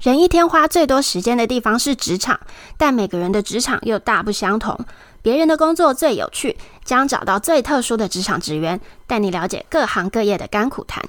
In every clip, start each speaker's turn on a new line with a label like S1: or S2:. S1: 人一天花最多时间的地方是职场，但每个人的职场又大不相同。别人的工作最有趣，将找到最特殊的职场职员，带你了解各行各业的甘苦谈。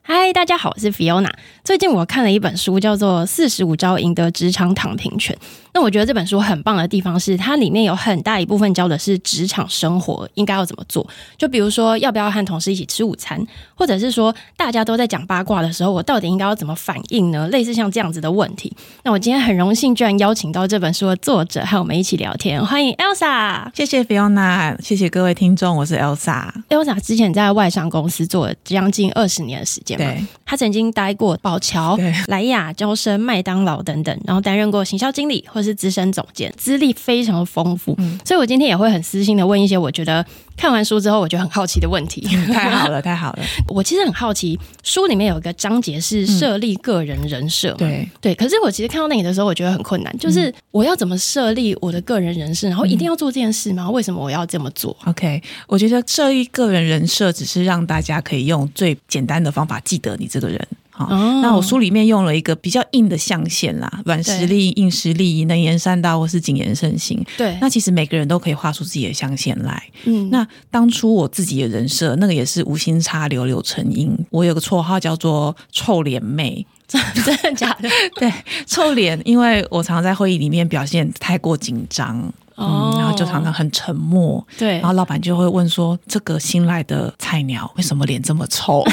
S2: 嗨，大家好，我是 Fiona。最近我看了一本书，叫做《四十五招赢得职场躺平权》。那我觉得这本书很棒的地方是，它里面有很大一部分教的是职场生活应该要怎么做。就比如说，要不要和同事一起吃午餐，或者是说，大家都在讲八卦的时候，我到底应该要怎么反应呢？类似像这样子的问题。那我今天很荣幸，居然邀请到这本书的作者和我们一起聊天，欢迎 Elsa。
S3: 谢谢 Fiona，谢谢各位听众，我是 Elsa。
S2: Elsa 之前在外商公司做了将近二十年的时间嘛
S3: 对，
S2: 她曾经待过宝乔
S3: 对、
S2: 莱雅、娇生、麦当劳等等，然后担任过行销经理或是资深总监，资历非常的丰富。
S3: 嗯
S2: 所以我今天也会很私心的问一些我觉得看完书之后我觉得很好奇的问 题。
S3: 太好了，太好了。
S2: 我其实很好奇，书里面有一个章节是设立个人人设嘛、
S3: 嗯对，嗯
S2: 对，可是我其实看到那里的时候，我觉得很困难，就是我要怎么设立我的个人人设，然后一定要做这件事吗？为什么我要这么做？
S3: OK，我觉得设立个人人设，只是让大家可以用最简单的方法记得你这个人。好、
S2: 哦
S3: 那我书里面用了一个比较硬的象限啦，软实力、硬实力、能言善道或是谨言慎行。
S2: 对，
S3: 那其实每个人都可以画出自己的象限来。
S2: 嗯
S3: 那当初我自己的人设，那个也是无心插柳柳成荫。我有个绰号叫做“臭脸妹”，
S2: 真的假 的？
S3: 对，臭脸，因为我常常在会议里面表现太过紧张，
S2: 哦
S3: 嗯，然后就常常很沉默，
S2: 对
S3: 然后老板就会问说，这个新来的菜鸟为什么脸这么臭？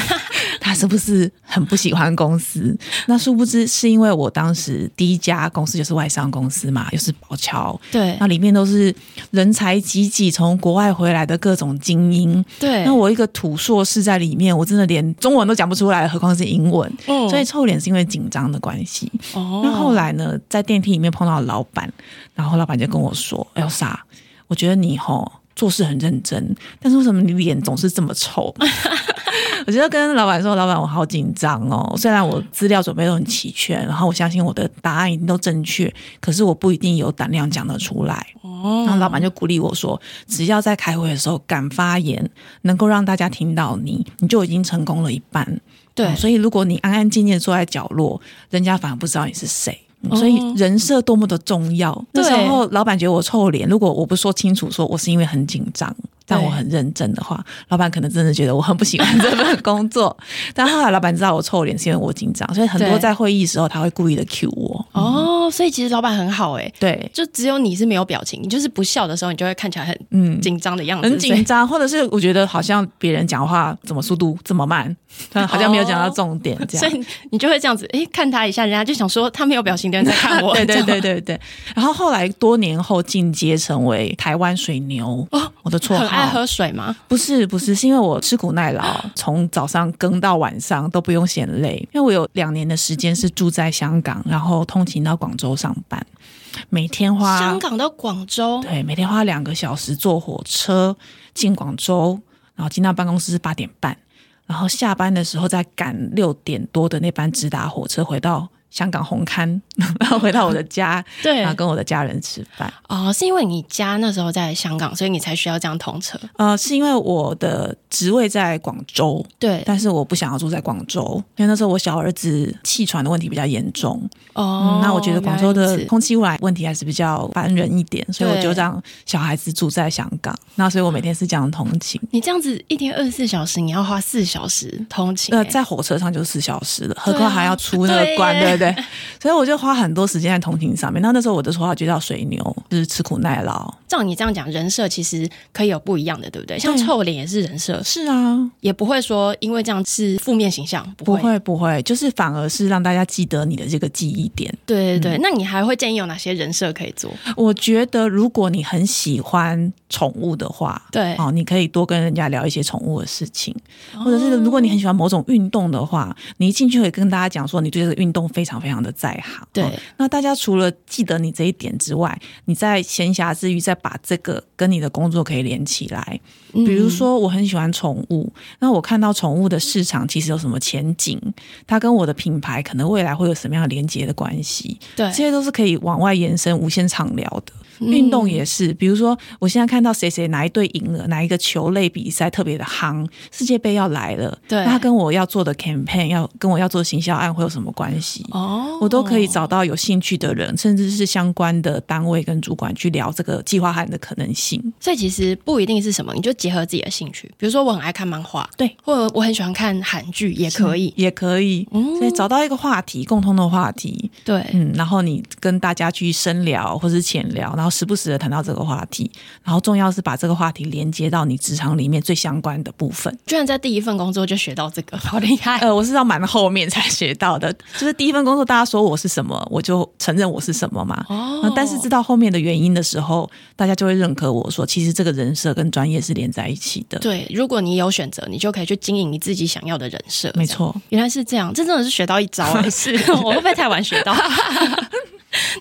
S3: 他是不是很不喜欢公司？那殊不知是因为我当时第一家公司就是外商公司嘛，又是宝乔，
S2: 对
S3: 那里面都是人才济济，从国外回来的各种精英。
S2: 对，
S3: 那我一个土硕士在里面，我真的连中文都讲不出来，何况是英文。
S2: 嗯
S3: 所以臭脸是因为紧张的关系。
S2: 哦
S3: 那后来呢，在电梯里面碰到老板，然后老板就跟我说：“Elsa，我觉得你吼做事很认真，但是为什么你脸总是这么臭？” 我就跟老板说：“老板，我好紧张哦。虽然我资料准备都很齐全，然后我相信我的答案一定都正确，可是我不一定有胆量讲得出来。”然
S2: 嗯
S3: 后老板就鼓励我说：“只要在开会的时候敢发言，能够让大家听到你，你就已经成功了一半。”
S2: 对
S3: 哦，所以如果你安安静静地坐在角落，人家反而不知道你是谁。嗯
S2: 哦
S3: 所以人设多么的重要。
S2: 对
S3: 那时候老板觉得我臭脸，如果我不说清楚，说我是因为很紧张，但我很认真的话，老板可能真的觉得我很不喜欢这份工作。 但后来老板知道我臭脸是因为我紧张，所以很
S2: 对
S3: 多在会议时候他会故意的 cue 我。
S2: 哦，所以其实老板很好哎、
S3: 对，
S2: 就只有你是没有表情，你就是不笑的时候，你就会看起来很
S3: 嗯
S2: 紧张的样子，
S3: 很
S2: 所
S3: 紧
S2: 以。
S3: 张，或者是我觉得好像别人讲话怎么速度这么 慢，好像没有讲到重点，这
S2: 所
S3: 样。
S2: 以你就会这样子，哎、看他一下，人家就想说他没有表情的人在看我，
S3: 对对
S2: 这样
S3: 对对对。然后后来多年后进阶成为台湾水牛，
S2: 哦
S3: 我的绰
S2: 很爱
S3: 号
S2: 喝水吗？
S3: 不是不是，是因为我吃苦耐劳，从早上耕到晚上都不用嫌累。因为我有两年的时间是住在香港，然后通勤到广州上班，每天花
S2: 香港到广州，
S3: 对每天花两个小时坐火车进广州，然后进到办公室是八点半，然后下班的时候再赶六点多的那班直达火车回到。香港红磡， 然后回到我的家，
S2: 对
S3: 然后跟我的家人吃饭。
S2: 哦，是因为你家那时候在香港，所以你才需要这样通车，
S3: 呃，是因为我的职位在广州，
S2: 对，
S3: 但是我不想要住在广州，因为那时候我小儿子气喘的问题比较严重。
S2: 哦
S3: 嗯，那我觉得广州
S2: 原来
S3: 的
S2: 如此
S3: 空气污染问题还是比较烦人一点，所以我
S2: 对
S3: 就让小孩子住在香港。那所以我每天是这样通勤。
S2: 你这样子一天二十四小时，你要花四小时通勤、
S3: 呃，
S2: 诶
S3: 在火车上就四小时了，
S2: 欸
S3: 何
S2: 对
S3: 况
S2: 啊
S3: 还要出那个关，
S2: 对
S3: 对
S2: 耶
S3: 不对？所以我就花很多时间在通勤上面。那那时候我的绰号就叫水牛，就是吃苦耐劳。
S2: 照你这样讲，人设其实可以有不一样的，对不对？像
S3: 对
S2: 臭脸也是人设，
S3: 是啊，
S2: 也不会说因为这样是负面形象，不
S3: 不
S2: 会。
S3: 会不会，就是反而是让大家记得你的这个记忆点。
S2: 对对
S3: 嗯
S2: 对，那你还会建议有哪些人设可以做？
S3: 我觉得如果你很喜欢宠物的话，
S2: 对
S3: 哦，你可以多跟人家聊一些宠物的事情，
S2: 哦
S3: 或者是如果你很喜欢某种运动的话，你一进去可以跟大家讲说你对这个运动非常非常的在行。
S2: 对
S3: 哦那大家除了记得你这一点之外，你在闲暇之余在把这个跟你的工作可以连起来。
S2: 嗯
S3: 比如说，我很喜欢宠物，那我看到宠物的市场其实有什么前景，它跟我的品牌可能未来会有什么样的连接的关系，
S2: 嗯对嗯
S3: 这，些都是可以往外延伸、无限畅聊的。运动也是，比如说我现在看到谁谁哪一队赢了，哪一个球类比赛特别的夯，世界杯要来了，
S2: 对
S3: 那他跟我要做的 campaign 要跟我要做的行销案会有什么关系？
S2: 哦，
S3: 我都可以找到有兴趣的人，甚至是相关的单位跟主管去聊这个计划案的可能性。
S2: 所以其实不一定是什么，你就结合自己的兴趣，比如说我很爱看漫画，
S3: 对，
S2: 或者我很喜欢看韩剧，也可以。
S3: 也可以，
S2: 嗯哎
S3: 所以找到一个话题，共通的话题，
S2: 对，
S3: 嗯，然后你跟大家去深聊或是浅聊，然后时不时的谈到这个话题，然后重要是把这个话题连接到你职场里面最相关的部分。
S2: 居然在第一份工作就学到这个， 好厉害！
S3: 呃，我是到蛮后面才学到的，就是第一份工作大家说我是什么，我就承认我是什么嘛。
S2: 哦
S3: 那但是知道后面的原因的时候，大家就会认可我说，其实这个人设跟专业是连在一起的。
S2: 对，如果你有选择，你就可以去经营你自己想要的人设。
S3: 没错，
S2: 原来是这样，这真的是学到一招、欸， 是我会不会太晚学到？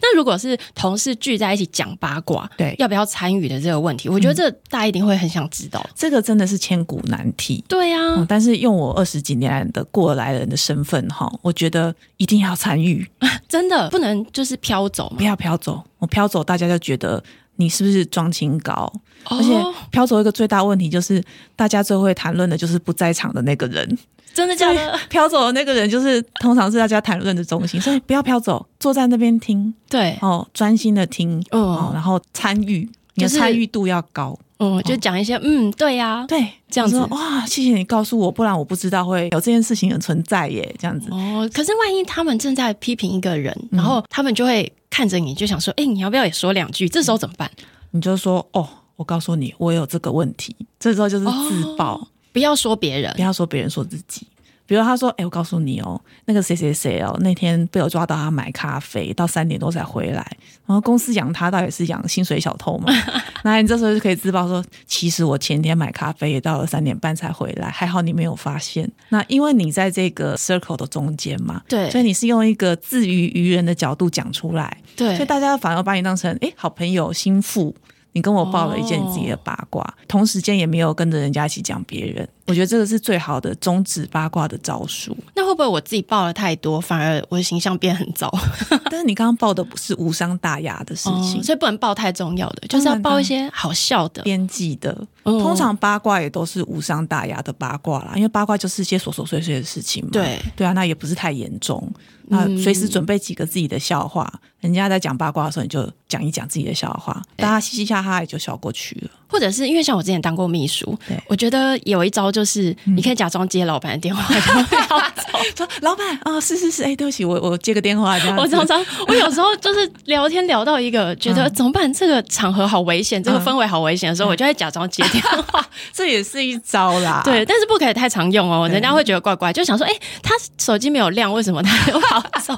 S2: 那如果是同事聚在一起讲八卦，
S3: 对
S2: 要不要参与的这个问题，我觉得这大家一定会很想知道。
S3: 这个真的是千古难题。
S2: 对啊呀、
S3: 嗯，但是用我二十几年来的过来人的身份哈，我觉得一定要参与，
S2: 真的不能就是飘走嘛
S3: 不。要飘走。我飘走，大家就觉得你是不是装清高？
S2: 而
S3: 而且飘走一个最大问题就是，大家最会谈论的就是不在场的那个人。
S2: 真的假的？
S3: 飘走的那个人就是通常是大家谈论的中心，所以不要飘走，坐在那边听
S2: 对，
S3: 哦，专心的听
S2: 嗯
S3: 哦，然后参与，你
S2: 就
S3: 的
S2: 是
S3: 参与度要高。
S2: 嗯，就讲一些，嗯，对呀、
S3: 对，
S2: 这样子
S3: 我说哇，谢谢你告诉我，不然我不知道会有这件事情的存在耶，这样子。
S2: 哦，可是万一他们正在批评一个人，然后他们就会看着你，就想说，哎、你要不要也说两句？这时候怎么办？
S3: 你就说哦，我告诉你，我有这个问题，这时候就是自爆，
S2: 不要说别人
S3: 不，要说别人说自己。比如他说：“哎、我告诉你哦，那个谁谁谁哦，那天被我抓到他买咖啡，到三点多才回来。然后公司养他，到底是养薪水小偷嘛？那你这时候就可以自曝说，其实我前天买咖啡也到了三点半才回来，还好你没有发现。那因为你在这个 circle 的中间嘛，
S2: 对
S3: 所以你是用一个自娱于人的角度讲出来，
S2: 对
S3: 所以大家反而把你当成哎、诶好朋友心腹。你跟我报了一件你自己的八卦，
S2: 哦
S3: 同时间也没有跟着人家一起讲别人，我觉得这个是最好的终止八卦的 招数。
S2: 那会不会我自己报了太多，反而我的形象变很糟？
S3: 但是你刚刚报的不是无伤大雅的事情，
S2: 哦所以不能报太重要的，就是要
S3: 当然
S2: 报一些好笑的。
S3: 编辑的，
S2: 嗯
S3: 通常八卦也都是无伤大雅的八卦啦，因为八卦就是一些琐琐碎碎的事情嘛。
S2: 对
S3: 对啊，那也不是太严重，那
S2: 嗯
S3: 随时准备几个自己的笑话，人家在讲八卦的时候，你就讲一讲自己的笑话，大家嘻嘻哈哈也就笑过去了。
S2: 或者是因为像我之前当过秘书
S3: 对，嗯
S2: 我觉得有一招就是，你可以假装接老板的电话，然后不 要走。
S3: 说老板啊、是是是，哎、对不起，我我接个电话这样子。
S2: 我常常，我有时候就是聊天聊到一个觉得怎么办，这个场合好危险，这个
S3: 嗯
S2: 氛围好危险的时候，我就会假装接电话。
S3: 这也是一招啦。
S2: 对，但是不可以太常用哦，人家会觉得怪怪，就想说，哎，他手机没有亮，为什么他又跑走？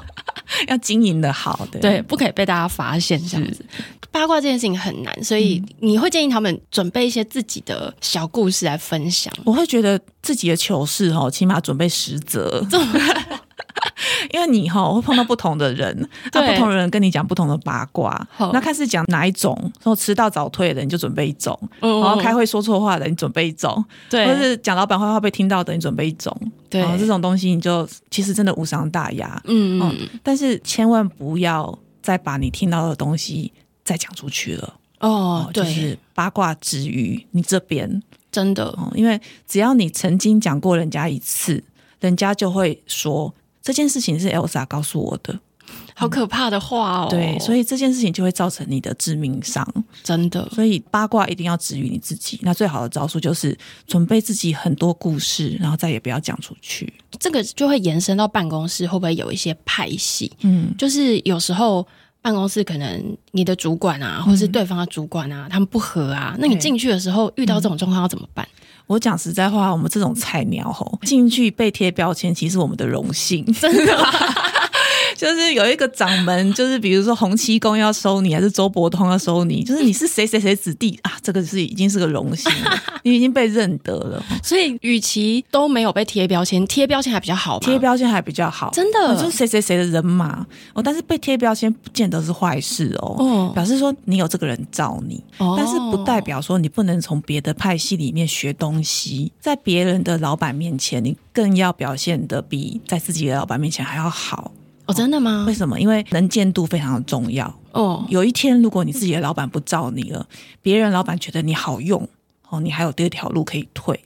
S3: 要经营的好的。
S2: 对，，不可以被大家发现这样子。八卦这件事情很难，所以你会建议他们准备一些自己的小故事来分享。
S3: 我会觉得自己的糗事哦，起码准备十则。因为你哈、会碰到不同的人，
S2: 对哦
S3: 那不同的人跟你讲不同的八卦
S2: 好，
S3: 那看是讲哪一种，说迟到早退的你就准备一种，
S2: 嗯
S3: 然后哦开会说错话的你准备一种，
S2: 对
S3: 或者是讲老板坏话被听到的你准备一种，哦
S2: 对
S3: 然后这种东西你就其实真的无伤大雅，
S2: 嗯
S3: 嗯，但是千万不要再把你听到的东西再讲出去了。
S2: 哦，
S3: 就
S2: 对，
S3: 是八卦之于你这边
S2: 真的
S3: 哦，因为只要你曾经讲过人家一次，人家就会说这件事情是 Elsa 告诉我的，
S2: 好可怕的话哦。
S3: 对，所
S2: 以
S3: 以这件事情就会造成你的致命伤。
S2: 真的
S3: 所以八卦一定要止于你自己。那最好的招数就是准备自己很多故事，然后再也不要讲出去。
S2: 这个就会延伸到办公室，会不会有一些派系？
S3: 嗯，
S2: 就是有时候办公室可能你的主管啊，或是对方的主管啊，他们不合啊，那你
S3: 嗯对
S2: 进去的时候遇到这种状况要怎么办？
S3: 我讲实在话，我们这种菜鸟吼进去被贴标签，其实我们的荣幸。
S2: 真的，
S3: 就是有一个掌门，就是比如说洪七公要收你，还是周伯通要收你，就是你是谁谁谁子弟啊，这个是已经是个荣幸了，你已经被认得 了，
S2: 所以与其都没有被贴标签，贴标签还比较好吧？
S3: 贴标签还比较好，
S2: 真的
S3: 我就是谁谁谁的人马哦，但是被贴标签不见得是坏事哦，
S2: 哦
S3: 表示说你有这个人罩你，
S2: 哦
S3: 但是不代表说你不能从别的派系里面学东西，在别人的老板面前，你更要表现的比在自己的老板面前还要好。
S2: 哦，真的吗
S3: 为？什么？因为能见度非常的重要。
S2: 哦，
S3: 有一天，如果你自己的老板不罩你了，别人老板觉得你好用哦，你还有第二条路可以退。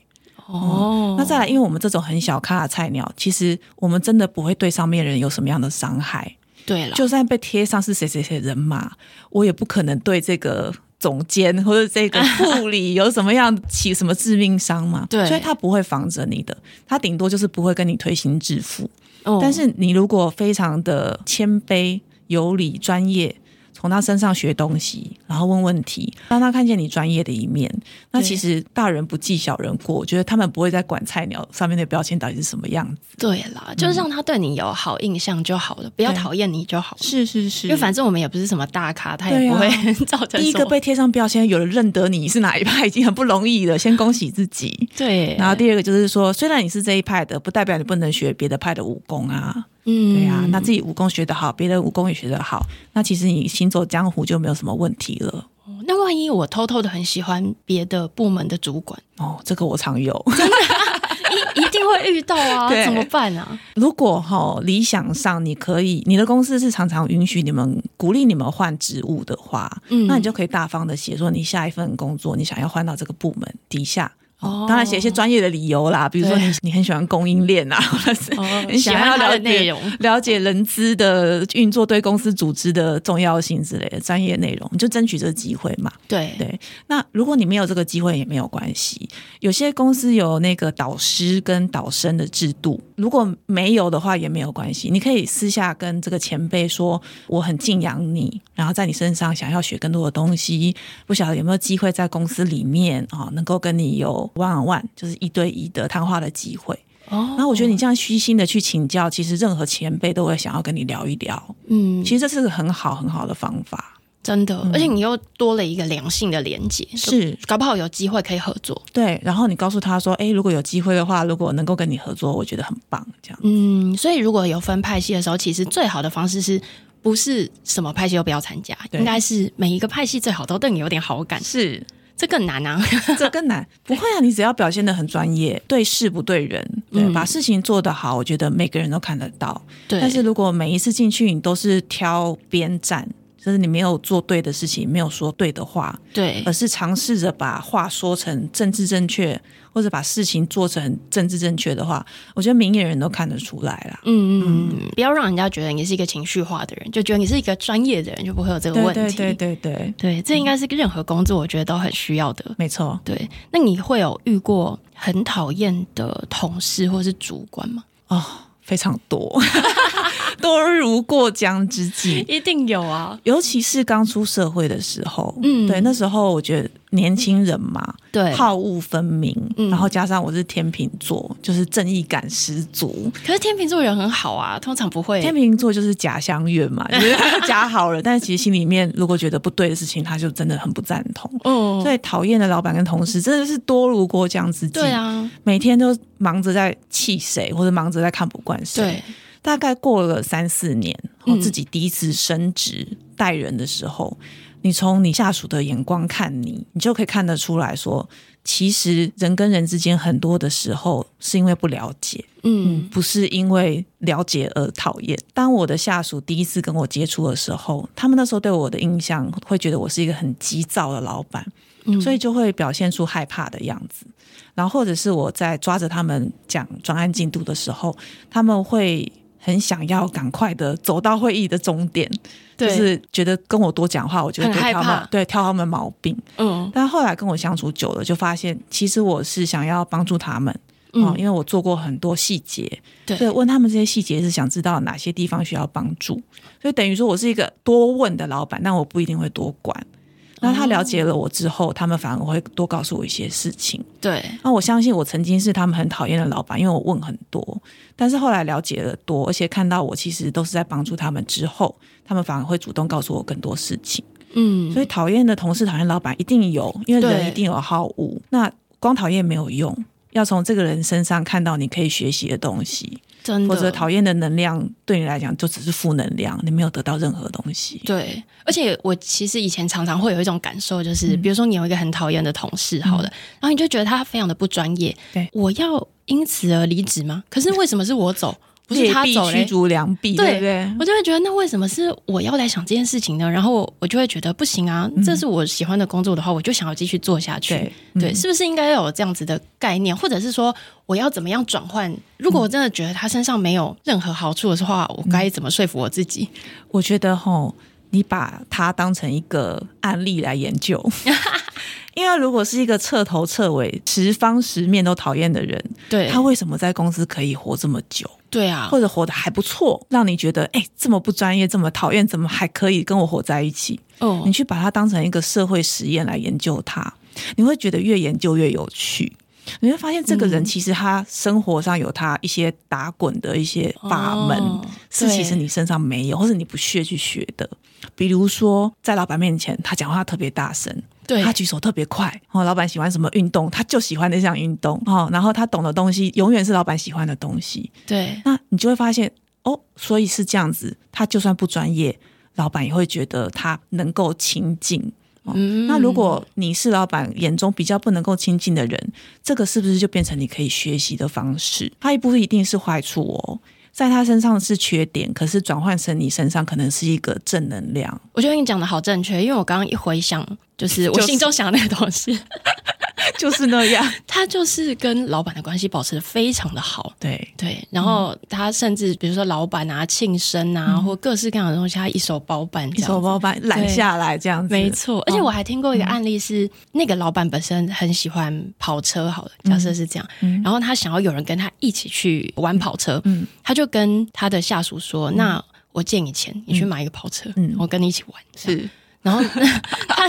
S2: 哦，
S3: 那再来，因为我们这种很小咖的菜鸟，其实我们真的不会对上面人有什么样的伤害。
S2: 对了，
S3: 就算被贴上是谁谁谁人马，我也不可能对这个总监或者这个副理有什么样起什么致命伤嘛。
S2: 对
S3: 所以他不会防着你的，他顶多就是不会跟你推心置腹。
S2: 哦
S3: 但是你如果非常的谦卑、有礼、专业，从他身上学东西，然后问问题，让他看见你专业的一面，那
S2: 对
S3: 其实大人不计小人过，我觉得他们不会再管菜鸟上面的标签到底是什么样子。
S2: 对啦，就是让他对你有好印象就好了，不要
S3: 嗯对
S2: 讨厌你就好了。
S3: 是是是
S2: 因为反正我们也不是什么大咖，他也
S3: 对啊
S2: 不会造成什么
S3: 第一个被贴上标签，有人认得你是哪一派，已经很不容易了，先恭喜自己。
S2: 对，
S3: 然后第二个就是说，虽然你是这一派的，不代表你不能学别的派的武功啊。
S2: 嗯
S3: 对啊，那自己武功学得好，别的武功也学得好，那其实你行走江湖就没有什么问题了。
S2: 那万一我偷偷的很喜欢别的部门的主 管，
S3: 哦，这个我常有。
S2: 一一定会遇到啊，
S3: 对
S2: 怎么办啊？
S3: 如果哈、理想上你可以，你的公司是常常允许你们鼓励你们换职务的话，
S2: 嗯
S3: 那你就可以大方的写说你下一份工作你想要换到这个部门底下。
S2: 哦
S3: 哦，当然写一些专业的理由啦，比如说
S2: 对
S3: 你 你很喜欢供应链啊，或者是
S2: 哦
S3: 你想
S2: 喜
S3: 要
S2: 欢它的
S3: 了解
S2: 内容
S3: 了解人资的运作对公司组织的重要性之类的专业内容，你就争取这个机会嘛。
S2: 对
S3: 对，那如果你没有这个机会也没有关系。有些公司有那个导师跟导生的制度，如果没有的话也没有关系，你可以私下跟这个前辈说，我很敬仰你，然后在你身上想要学更多的东西，不晓得有没有机会在公司里面啊、哦能够跟你有 one on one，就是一对一的谈话的机会。
S2: 哦
S3: 然后我觉得你这样虚心的去请教，其实任何前辈都会想要跟你聊一聊。
S2: 嗯
S3: 其，实这是个很好很好的方法，
S2: 真的，而且你又多了一个良性的连接，
S3: 嗯是
S2: 搞不好有机会可以合作。
S3: 对，然后你告诉他说，哎，如果有机会的话，如果能够跟你合作，我觉得很棒。这样，
S2: 嗯，所以如果有分派系的时候，其实最好的方式是不是什么派系都不要参加，
S3: 对
S2: 应该是每一个派系最好都对你有点好感，
S3: 是
S2: 这更难啊。
S3: 这更难，不会啊，你只要表现的很专业，对事不对人，对，
S2: 嗯
S3: 把事情做得好，我觉得每个人都看得到。
S2: 对，
S3: 但是如果每一次进去你都是挑边站，就是你没有做对的事情，没有说对的话，
S2: 对
S3: 而是尝试着把话说成政治正确，或者把事情做成政治正确的话，我觉得明眼人都看得出来啦。
S2: 嗯嗯，嗯，不要让人家觉得你是一个情绪化的人，就觉得你是一个专业的人，就不会有这个问
S3: 对
S2: 题。
S3: 对对对对，
S2: 对这应该是任何工作，我觉得都很需要的。
S3: 没错。
S2: 对，那你会有遇过很讨厌的同事或是主管吗？
S3: 哦，非常多， 多如过江之鲫。
S2: 一定有啊，
S3: 尤其是刚出社会的时候，
S2: 嗯
S3: 对，那时候我觉得年轻人嘛，
S2: 对。
S3: 好恶分明，
S2: 嗯
S3: 然后加上我是天秤座，就是正义感十足。
S2: 可是天秤座人很好啊，通常不会。
S3: 天秤座就是假相怨 嘛，就是假好人，但是其实心里面如果觉得不对的事情，他就真的很不赞同。
S2: 哦，
S3: 所以讨厌的老板跟同事真的是多如过江之鲫，
S2: 对，啊，
S3: 每天都忙着在气谁，或者忙着在看不惯谁，
S2: 对，
S3: 大概过了三四年，
S2: 嗯
S3: 我自己第一次升职带人的时候，你从你下属的眼光看你，你就可以看得出来说，其实人跟人之间很多的时候是因为不了解，
S2: 嗯，
S3: 不是因为了解而讨厌。当我的下属第一次跟我接触的时候，他们那时候对我的印象会觉得我是一个很急躁的老板，
S2: 嗯
S3: 所以就会表现出害怕的样子。然后或者是我在抓着他们讲专案进度的时候，他们会很想要赶快的走到会议的终点，就
S2: 对，
S3: 是觉得跟我多讲话，我就会
S2: 很
S3: 多
S2: 害
S3: 挑
S2: 怕
S3: 毛对挑他们毛病。
S2: 嗯
S3: 但后来跟我相处久了，就发现其实我是想要帮助他们。哦，因
S2: 嗯，
S3: 为我做过很多细节，
S2: 对
S3: 所以问他们这些细节是想知道哪些地方需要帮助，所以等于说我是一个多问的老板，但我不一定会多管。那他了解了我之后，他们反而会多告诉我一些事情。
S2: 对，
S3: 那我相信我曾经是他们很讨厌的老板，因为我问很多，但是后来了解的多，而且看到我其实都是在帮助他们之后，他们反而会主动告诉我更多事情。
S2: 嗯，
S3: 所以讨厌的同事、讨厌老板一定有，因为人
S2: 对
S3: 一定有好恶。那光讨厌没有用，要从这个人身上看到你可以学习的东西，
S2: 真
S3: 否
S2: 的
S3: 则讨厌的能量对你来讲就只是负能量，你没有得到任何东西。
S2: 对，而且我其实以前常常会有一种感受，就是、
S3: 嗯
S2: 比如说你有一个很讨厌的同事，好了，然后你就觉得他非常的不专业，
S3: 对
S2: 我要因此而离职吗？可是为什么是我走，不是他
S3: 劣
S2: 走
S3: 币驱
S2: 嘞？
S3: 逐良币，
S2: 对
S3: 对不对？
S2: 我就会觉得，那为什么是我要来想这件事情呢？然后我就会觉得不行啊，这是我喜欢的工作的话，我就想要继续做下去。
S3: 嗯对
S2: 对，
S3: 嗯
S2: 是不是应该要有这样子的概念，或者是说我要怎么样转换？如果我真的觉得他身上没有任何好处的话，我该怎么说服我自己？
S3: 我觉得吼，你把它当成一个案例来研究， 因为如果是一个彻头彻尾、十方十面都讨厌的人，
S2: 对，
S3: 他为什么在公司可以活这么久，
S2: 对啊，
S3: 嗯或者活得还不错，让你觉得哎、这么不专业、这么讨厌，怎么还可以跟我活在一起？
S2: 哦
S3: 你，去把它当成一个社会实验来研究它，你会觉得越研究越有趣。你会发现，这个
S2: 嗯
S3: 人其实他生活上有他一些打滚的一些法门，
S2: 哦
S3: 是其实
S2: 对
S3: 你身上没有，或者你不屑去学的。比如说，在老板面前，他讲话特别大声，
S2: 对
S3: 他举手特别快，哦，老板喜欢什么运动，他就喜欢那项运动，哦，然后他懂的东西永远是老板喜欢的东西。
S2: 对，
S3: 那你就会发现哦，所以是这样子，他就算不专业，老板也会觉得他能够亲近。哦
S2: 嗯
S3: 那如果你是老板眼中比较不能够亲近的人，这个是不是就变成你可以学习的方式？它也不一定是坏处哦，在他身上是缺点，可是转换成你身上可能是一个正能 量。
S2: 我觉得你讲的好正确，因为我刚刚一回想，就是我
S3: 就是
S2: 心中想的那个东西，
S3: 就是那样。
S2: 他就是跟老板的关系保持的非常的好。
S3: 对，
S2: 对，然
S3: 嗯
S2: 后他甚至比如说老板啊、庆生啊，或各式各样的东西，他一手包办这
S3: 一
S2: 样子
S3: 手包办揽下来这样子，嗯
S2: 没错，而且我还听过一个案例是，那个老板本身很喜欢跑车，好了，
S3: 嗯
S2: 假设是这样，然后他想要有人跟他一起去玩跑车，
S3: 嗯
S2: 他就跟他的下属说：“那我借你钱，你去买一个跑车，
S3: 嗯
S2: 我跟你一起玩。”这样，
S3: 是。
S2: 然后他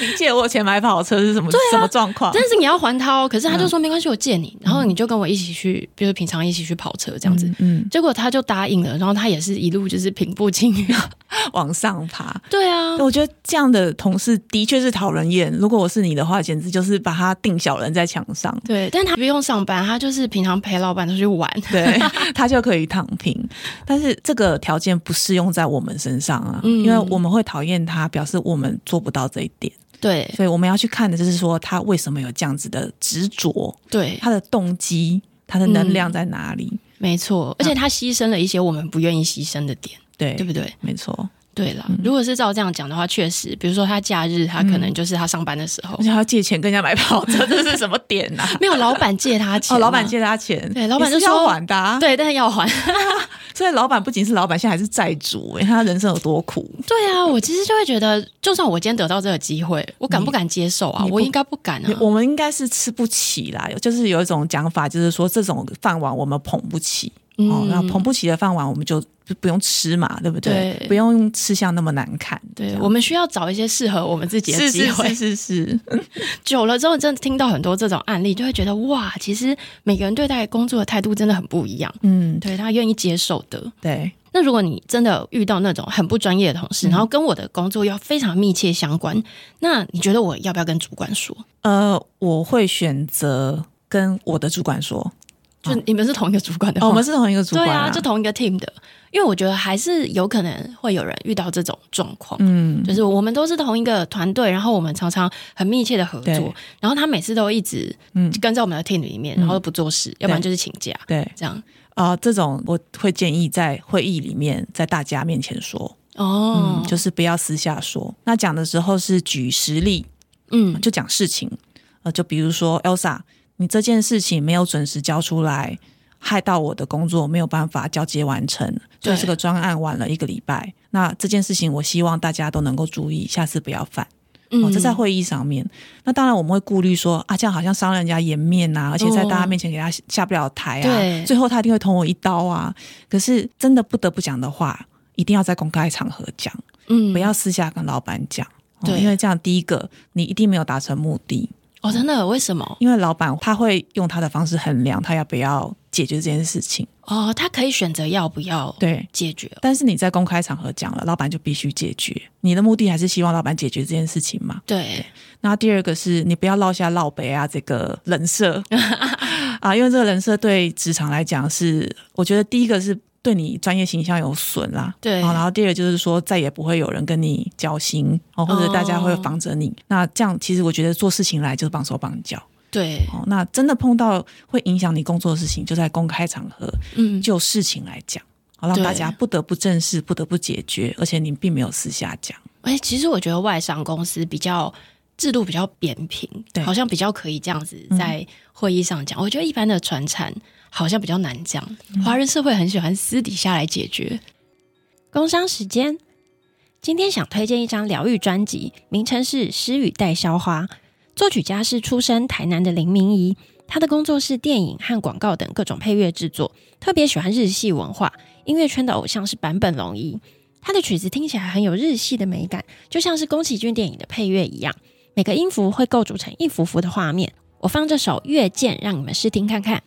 S3: 你借我钱买跑车是什么、
S2: 啊
S3: 什么状况？
S2: 但是你要还他哦，可是他
S3: 嗯
S2: 就说没关系，我借你，然后你就跟我一起去，比如平常一起去跑车这样子。
S3: 嗯，
S2: 结果他就答应了，然后他也是一路就是平步青 云。
S3: 往上爬。
S2: 对啊，
S3: 我觉得这样的同事的确是讨人厌。如果我是你的话，简直就是把他定小人在墙上，
S2: 对，但他不用上班，他就是平常陪老板出去玩。
S3: 对他就可以躺平。但是这个条件不适用在我们身上啊，
S2: 嗯
S3: 因为我们会讨厌他，表示我们做不到这一点。
S2: 对
S3: 所以我们要去看的就是说，他为什么有这样子的执着，
S2: 对，
S3: 他的动机，他的能
S2: 嗯
S3: 量在哪里？
S2: 没错，而且他牺牲了一些我们不愿意牺牲的点，
S3: 对，
S2: 对不哦嗯对？
S3: 没错。
S2: 对啦，如果是照这样讲的话，确实，比如说他假日，他可能就是他上班的时候
S3: 而且，他要借钱跟人家买跑车，这是什么点 啊？
S2: 没有老板借他 钱嘛，
S3: 哦，老板借他钱，
S2: 啊对老板就
S3: 也是要
S2: 说
S3: 还的、啊，
S2: 对，但是要还。
S3: 所以老板不仅是老板，现在还是债主、欸，他人生有多苦？
S2: 对啊，我其实就会觉得，就算我今天得到这个机会，我敢不敢接受啊？
S3: 你不
S2: 我应该不敢啊。
S3: 我们应该是吃不起啦，就是有一种讲法，就是说这种饭碗我们捧不起。
S2: 嗯
S3: 哦，那捧不起的饭碗，我们就就不用吃嘛，对不对？
S2: 对
S3: 不用吃相那么难看。这
S2: 对，
S3: 样
S2: 我们需要找一些适合我们自己的
S3: 是
S2: 机
S3: 是
S2: 会。
S3: 是是是，
S2: 久了之后，真的听到很多这种案例，就会觉得哇，其实每个人对待工作的态度真的很不一样。
S3: 嗯，
S2: 对他愿意接受的。
S3: 对，
S2: 那如果你真的遇到那种很不专业的同
S3: 嗯
S2: 事，然后跟我的工作要非常密切相关，那你觉得我要不要跟主管说？
S3: 呃，我会选择跟我的主管说，
S2: 就你们是同一个主管的话，
S3: 啊哦，我们是同一个主
S2: 对
S3: 管、
S2: 啊，就同一个 team 的，因为我觉得还是有可能会有人遇到这种状况。
S3: 嗯，
S2: 就是我们都是同一个团队，然后我们常常很密切的合作
S3: 对，
S2: 然后他每次都一直
S3: 嗯
S2: 跟在我们的 team 里面，然后都不做事，要不然就是请假
S3: 对
S2: 这样。
S3: 啊、这种我会建议在会议里面，在大家面前说，
S2: 哦
S3: 嗯，，就是不要私下说。那讲的时候是举实例，
S2: 嗯
S3: 就讲事情。呃，就比如说 Elsa，你这件事情没有准时交出来，害到我的工作没有办法交接完成，所
S2: 对
S3: 以这个专案晚了一个礼拜。那这件事情，我希望大家都能够注意，下次不要犯。哦，
S2: 嗯，
S3: 这在会议上面。那当然我们会顾虑说啊，这样好像伤人家颜面啊，而且在大家面前给他下下不了台啊，
S2: 哦对
S3: 最后他一定会捅我一刀啊。可是真的不得不讲的话，一定要在公开场合讲，
S2: 嗯
S3: 不要私下跟老板讲。哦
S2: 对
S3: 因为这样第一个你一定没有达成目的，
S2: 哦，真的？为什么？
S3: 因为老板他会用他的方式衡量他要不要解决这件事情。
S2: 哦，他可以选择要不要
S3: 对，
S2: 解决哦。
S3: 但是你在公开场合讲了，老板就必须解决。你的目的还是希望老板解决这件事情嘛？
S2: 对，
S3: 那第二个是你不要落下落北啊这个 人设啊，因为这个人设对职场来讲是，我觉得第一个是对你专业形象有损啦，
S2: 对
S3: 啊然后第二个就是说再也不会有人跟你交心哦，或者大家会
S2: 哦
S3: 防着你。那这样其实我觉得做事情来就是绑手绑脚
S2: 对，
S3: 哦。那真的碰到会影响你工作的事情，就在公开场合
S2: 嗯，
S3: 就事情来讲。好，让
S2: 对
S3: 大家不得不正视，不得不解决，而且你并没有私下讲。
S2: 哎、其实我觉得外商公司比较制度比较扁平，
S3: 对嗯
S2: 好像比较可以这样子在会议上讲。我觉得一般的传产好像比较难讲，
S3: 嗯
S2: 华人社会很喜欢私底下来解决。工商时间，今天想推荐一张疗愈专辑，名称是《诗与代销花》，作曲家是出身台南的林明仪。他的工作是电影和广告等各种配乐制作，特别喜欢日系文化。音乐圈的偶像是坂本龙一，他的曲子听起来很有日系的美感，就像是宫崎骏电影的配乐一样。每个音符会构筑成一幅幅的画面。我放这首《月见》让你们试听看看。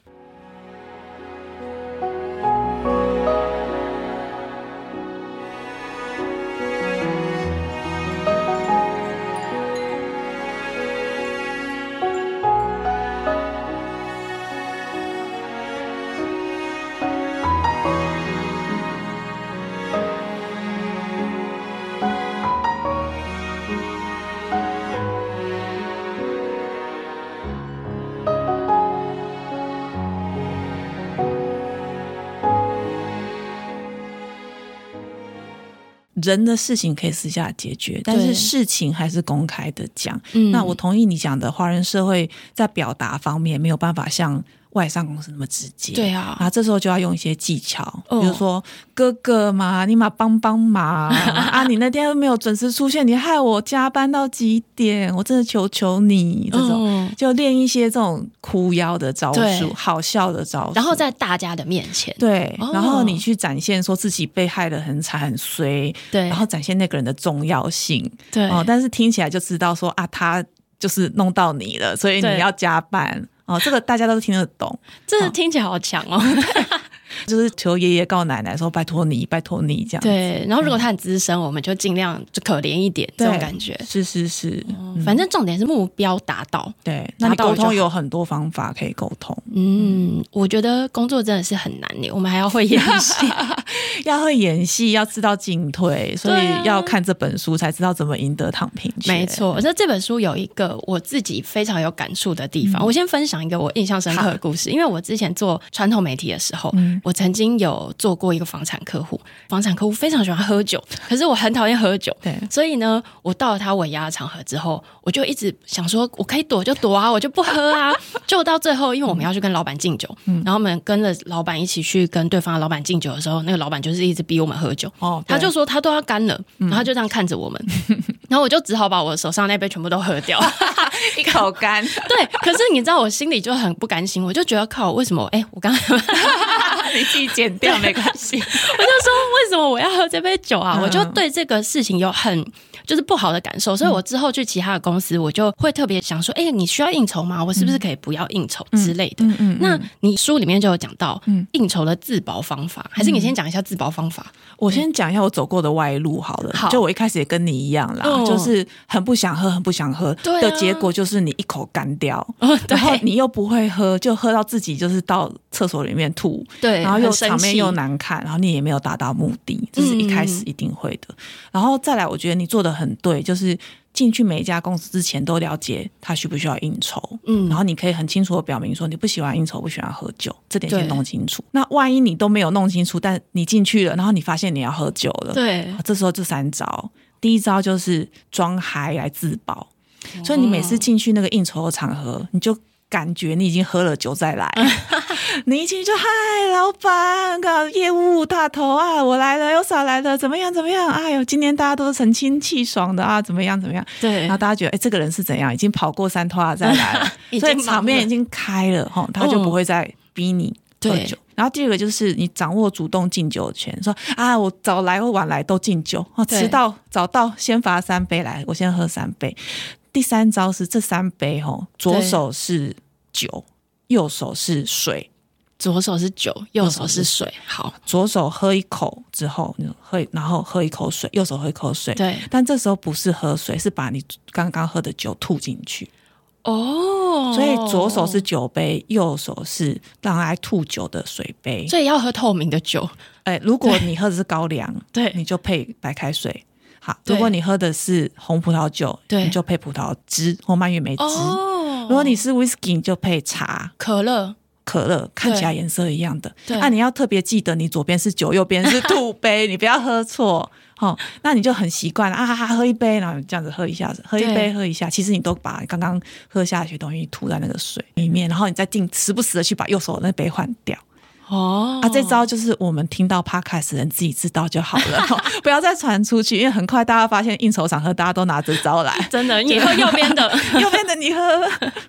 S3: 人的事情可以私下解决，但是事情还是公开的讲。
S2: 嗯
S3: 那我同意你讲的，华人社会在表达方面没有办法像外商公司那么直接。
S2: 对啊
S3: 啊，这时候就要用一些技巧，
S2: 哦
S3: 比如说哥哥嘛，你嘛帮帮忙啊！你那天没有准时出现，你害我加班到几点，我真的求求你这种。
S2: 嗯，
S3: 就练一些这种哭腰的招
S2: 对
S3: 数，好笑的招数，
S2: 然后在大家的面前，
S3: 对，
S2: 哦
S3: 然后你去展现说自己被害的很惨很衰，
S2: 对
S3: 然后展现那个人的重要性
S2: 对
S3: 哦，但是听起来就知道说啊，他就是弄到你了，所以
S2: 对
S3: 你要加班哦，这个大家都听得懂，
S2: 真的听起来好强 哦。
S3: 就是求爷爷告奶奶说拜托你，拜托你这样，，
S2: 对，然后如果他很资深，我们就尽量就可怜一点这
S3: 嗯对
S2: 种感觉。
S3: 是是是，
S2: 哦
S3: 嗯
S2: 反正重点是目标达到。
S3: 对，那你
S2: 达到
S3: 沟
S2: 了就好
S3: 通有很多方法可以沟通，
S2: 嗯，我觉得工作真的是很难的，我们还要会演 戏。
S3: 要会演戏，要知道进退，所
S2: 对啊
S3: 以要看这本书才知道怎么赢得躺平权，
S2: 没错，那这本书有一个我自己非常有感触的地方，我先分享一个我印象深刻的故事。因为我之前做传统媒体的时候，我曾经有做过一个房产客户，房产客户非常喜欢喝酒，可是我很讨厌喝酒。
S3: 对
S2: 所以呢，我到了他尾牙的场合之后，我就一直想说，我可以躲就躲啊，我就不喝啊。 就到最后，因为我们要去跟老板敬酒，然后我们跟着老板一起去跟对方的老板敬酒的时候，那个老板就是一直逼我们喝酒。
S3: 哦，
S2: 他
S3: 对
S2: 就说他都要干了，然后他就这样看着我们，然后我就只好把我手上那杯全部都喝掉。
S3: 一口 干，
S2: 对，可是你知道我心里就很不甘心，我就觉得靠，为什么？哎、我刚 才我就
S3: 你自己剪掉没关系。
S2: 说为什么我要喝这杯酒啊？
S3: 嗯嗯
S2: 我就对这个事情有很就是不好的感受，所以我之后去其他的公司，我就会特别想说，哎、你需要应酬吗？我是不是可以不要应酬之类的？
S3: 嗯嗯，
S2: 那你书里面就有讲到
S3: 嗯
S2: 应酬的自保方法，还是你先讲一下自保方法？
S3: 我先讲一下我走过的歪路好了。
S2: 好
S3: 就我一开始也跟你一样啦，
S2: 嗯
S3: 就是很不想喝，很不想喝
S2: 对啊
S3: 的结果就是你一口干掉，
S2: 哦，对
S3: 然后你又不会喝，就喝到自己就是到厕所里面吐，
S2: 对，
S3: 然后又
S2: 哎很生
S3: 场面
S2: 气
S3: 又难看，然后你也没有达到目的，这是一开
S2: 嗯
S3: 始一定会的。然后再来，我觉得你做的很对，就是进去每一家公司之前都了解他需不需要应酬，
S2: 嗯
S3: 嗯，然后你可以很清楚的表明说你不喜欢应酬，不喜欢喝酒，这点
S2: 对
S3: 先弄清楚。那万一你都没有弄清楚，但你进去了，然后你发现你要喝酒了，
S2: 对
S3: 好，这时候这三招，第一招就是装嗨来自保，所以你每次进去那个应酬的场合，你就感觉你已经喝了酒再来，你一进去就嗨，老板，搞业务大头啊，我来了，又少来了，怎么样怎么样？哎呦，今天大家都是神清气爽的啊，怎么样怎么样？
S2: 对
S3: 然后大家觉得，哎、这个人是怎样？已经跑过三趟再来了
S2: 已，经
S3: 所以
S2: 忙
S3: 场面
S2: 了
S3: 已经开了哈，吼他就
S2: 嗯
S3: 不会再逼你喝
S2: 对
S3: 酒。然后第二个就是你掌握主动敬酒权，说啊，我早来或晚来都敬酒，哦，
S2: 对
S3: 迟到早到先罚三杯来，我先喝三杯。第三招是这三杯吼，左
S2: 对
S3: 手是酒，右手是水，
S2: 左手是酒，右手是水。好，
S3: 左手喝一口之后，你喝然后喝一口水，右手喝一口水。
S2: 对，
S3: 但这时候不是喝水，是把你刚刚喝的酒吐进去。
S2: 哦，
S3: 所以左手是，酒杯，右手是让爱吐酒的水杯。
S2: 所以要喝透明的酒。
S3: 哎、如果你喝的是高粱，你
S2: 对，
S3: 就配白开水；好，
S2: 对
S3: 如果你喝的是红葡萄酒，
S2: 对
S3: 你就配葡萄汁或蔓越莓汁。
S2: 哦，
S3: 如果你是 whisky，你就配茶、
S2: 可乐，
S3: 可乐，看起来颜色一样的。
S2: 对
S3: 那、你要特别记得，你左 边是酒，右边是吐杯，你不要喝错。哦，那你就很习惯了啊，喝一杯，然后这样子喝一下子，喝一杯，
S2: 对
S3: 喝一下。其实你都把刚刚喝下去的东西吐在那个水里面，然后你再定时不时的去把右手的那杯换掉。
S2: 哦，
S3: 啊，这招就是我们听到 podcast 的人自己知道就好了，哦不要再传出去，因为很快大家发现应酬场合大家都拿这招来
S2: ，真的，你喝右边 的。
S3: 右边的你喝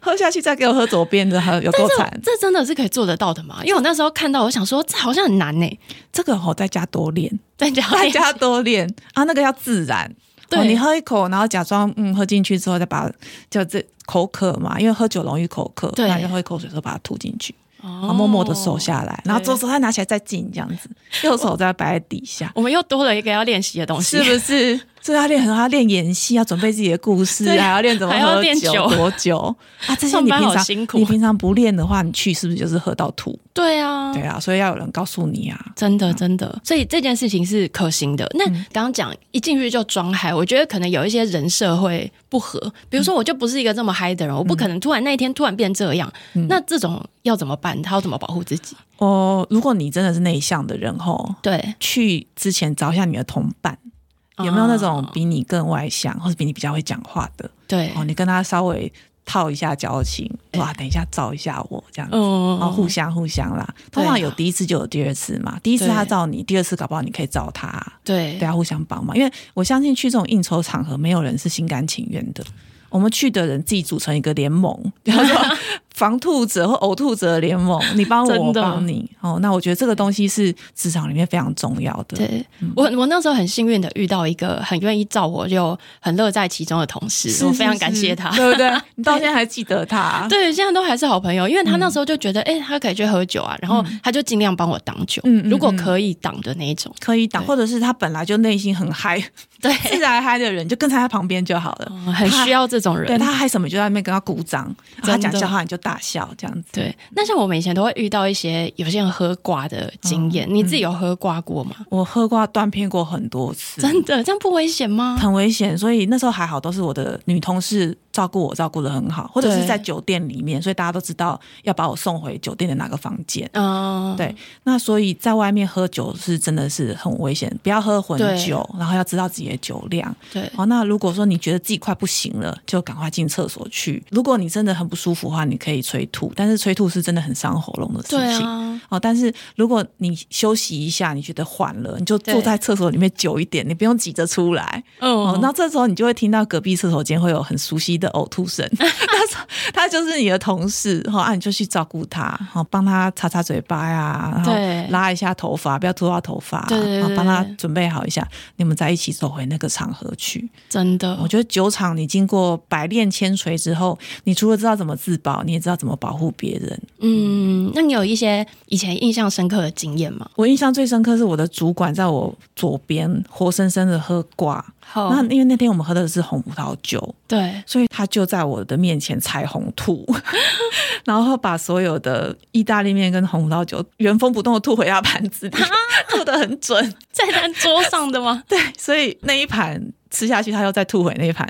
S3: 喝下去，再给我喝左边的，有够惨。
S2: 这真的是可以做得到的吗？因为我那时候看到，我想说这好像很难呢、
S3: 这个吼、在家多练，
S2: 在家
S3: 在家多练啊，那个要自然。
S2: 对
S3: 哦你喝一口，然后假装嗯喝进去之后，再把就这口渴嘛，因为喝酒容易口渴，
S2: 对
S3: 然后就喝一口水之后把它吐进去，然
S2: 哦
S3: 后默默的收。下来，然后
S2: 对
S3: 左手再拿起来再进这样子，右手再摆在底下。
S2: 我们又多了一个要练习的东西，
S3: 是不是？所以要练很多，要练演戏，要准备自己的故事，
S2: 对
S3: 还要练怎么
S2: 还要
S3: 喝
S2: 练
S3: 酒
S2: 酒
S3: 多久啊？这些
S2: 上
S3: 你
S2: 班
S3: 平
S2: 好
S3: 常
S2: 辛苦
S3: 你平常不练的话，你去是不是就是喝到吐？
S2: 对啊，
S3: 对啊，所以要有人告诉你啊。
S2: 真的真的，所以这件事情是可行的。那
S3: 嗯
S2: 刚刚讲一进去就装嗨，我觉得可能有一些人设会不合，比如说我就不是一个这么嗨的人，我不可能突然那一天突然变这样。那这种要怎么办？他要怎么保护自己？
S3: 嗯哦，如果你真的是内向的人吼，
S2: 对，
S3: 去之前找一下你的同伴，有没有那种比你更外向，或者比你比较会讲话的？
S2: 哦对，
S3: 哦，你跟他稍微套一下交情，哇，等一下照一下我这样子。
S2: 嗯
S3: 哦，互相互相啦，通常
S2: 对啊
S3: 有第一次就有第二次嘛。第一次
S2: 对
S3: 他照你，第二次搞不好你可以照他啊、
S2: 对
S3: 对啊，互相帮忙。因为我相信去这种应酬场合，没有人是心甘情愿的。我们去的人自己组成一个 联盟，叫做防吐者或呕吐者联盟，你帮我，
S2: 真
S3: 我
S2: 的
S3: 帮你。哦，那我觉得这个东西是职场里面非常重要的。
S2: 对我，我那时候很幸运的遇到一个很愿意照我又很乐在其中的同事，
S3: 是，
S2: 我非常
S3: 是
S2: 感
S3: 是
S2: 谢他。
S3: 对不对？你到现在还记得他？
S2: 对，现在都还是好朋友，因为他那时候就觉得，哎、他可以去喝酒啊，然后他就尽量帮我挡酒，
S3: 嗯嗯嗯
S2: 如果
S3: 嗯
S2: 可以挡的那一种，
S3: 可以挡，
S2: 对
S3: 或者是他本来就内心很嗨，
S2: 对，
S3: 自然嗨的人就跟在他旁边就好了。
S2: 嗯很需要这种人。
S3: 对他嗨什么就在那边跟他鼓掌，啊他
S2: 真的
S3: 讲笑话你就大笑这样子。
S2: 对那像我们以前都会遇到一些有些人喝挂的经
S3: 嗯
S2: 验，你自己有喝挂过吗？
S3: 我喝过断片过很多次，
S2: 真的，这样不危险吗？
S3: 很危险，所以那时候还好，都是我的女同事照顾我，照顾的很好，或者是
S2: 对
S3: 在酒店里面，所以大家都知道要把我送回酒店的哪个房间。
S2: 嗯，
S3: 对，那所以在外面喝酒是真的是很危险，不要喝混
S2: 对
S3: 酒，然后要知道自己的酒量。
S2: 对
S3: 哦，那如果说你觉得自己快不行了，就赶快进厕所去。如果你真的很不舒服的话，你可以催吐，但是催吐是真的很伤喉咙的事
S2: 对
S3: 情。
S2: 啊，
S3: 哦，但是如果你休息一下，你觉得缓了，你就坐
S2: 对
S3: 在厕所里面久一点，你不用急着出来。哦，
S2: 嗯，
S3: 那这时候你就会听到隔壁厕所间会有很熟悉的呕 吐声，那时候他就是你的同事，哈、啊，你就去照顾他，好、帮他擦擦嘴巴呀，然后
S2: 对
S3: 拉一下头发，不要拖到头发，
S2: 对对对
S3: 然后帮他
S2: 对
S3: 准备好一下，你们再一起走回那个场合去。
S2: 真的，
S3: 我觉得酒场你经过百炼千锤之后，你除了知道怎么自保，你也知道怎么保护别人。
S2: 嗯，那你有一些以前印象深刻的经验吗？
S3: 我印象最深刻是我的主管在我左边活生生的喝挂，
S2: 好
S3: 那因为那天我们喝的是红葡萄酒。
S2: 对，
S3: 所以他就在我的面前彩虹吐， 然后把所有的意大利面跟红葡萄酒原封不动的吐回他盘子里，吐得很准。
S2: 在他桌上的吗？
S3: 对，所以那一盘吃下去，他又再吐回那 一盘。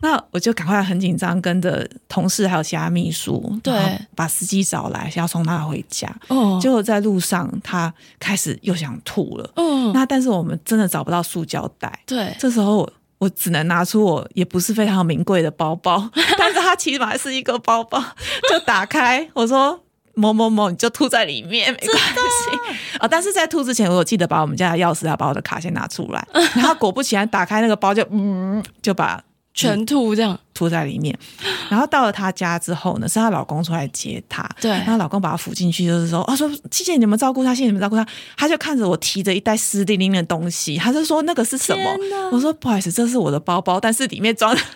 S3: 那我就赶快很紧张，跟着同事还有其他秘书，
S2: 对
S3: 然后把司机找来，想要送他回家。
S2: 哦，
S3: 结果在路上，他开始又想吐了。
S2: 嗯，
S3: 那但是我们真的找不到塑胶袋，
S2: 对，
S3: 这时候我我只能拿出我也不是非常名贵的包包，但是它起码是一个包包，就打开，我说。某某某，你就吐在里面，没关系啊、但是在吐之前，我有记得把我们家的钥匙，要把我的卡先拿出来。然后果不其然，打开那个包就嗯，就把
S2: 全吐这样，
S3: 住在 里面。然后到了她家之后呢，是她老公出来接她，
S2: 对
S3: 然后老公把她扶进去，就是说，啊、说谢谢你们照顾她，谢谢你们照顾她。她就看着我提着一袋湿淋淋的东西，她就说那个是什么
S2: 天哪？
S3: 我说不好意思，这是我的包包，但是里面装了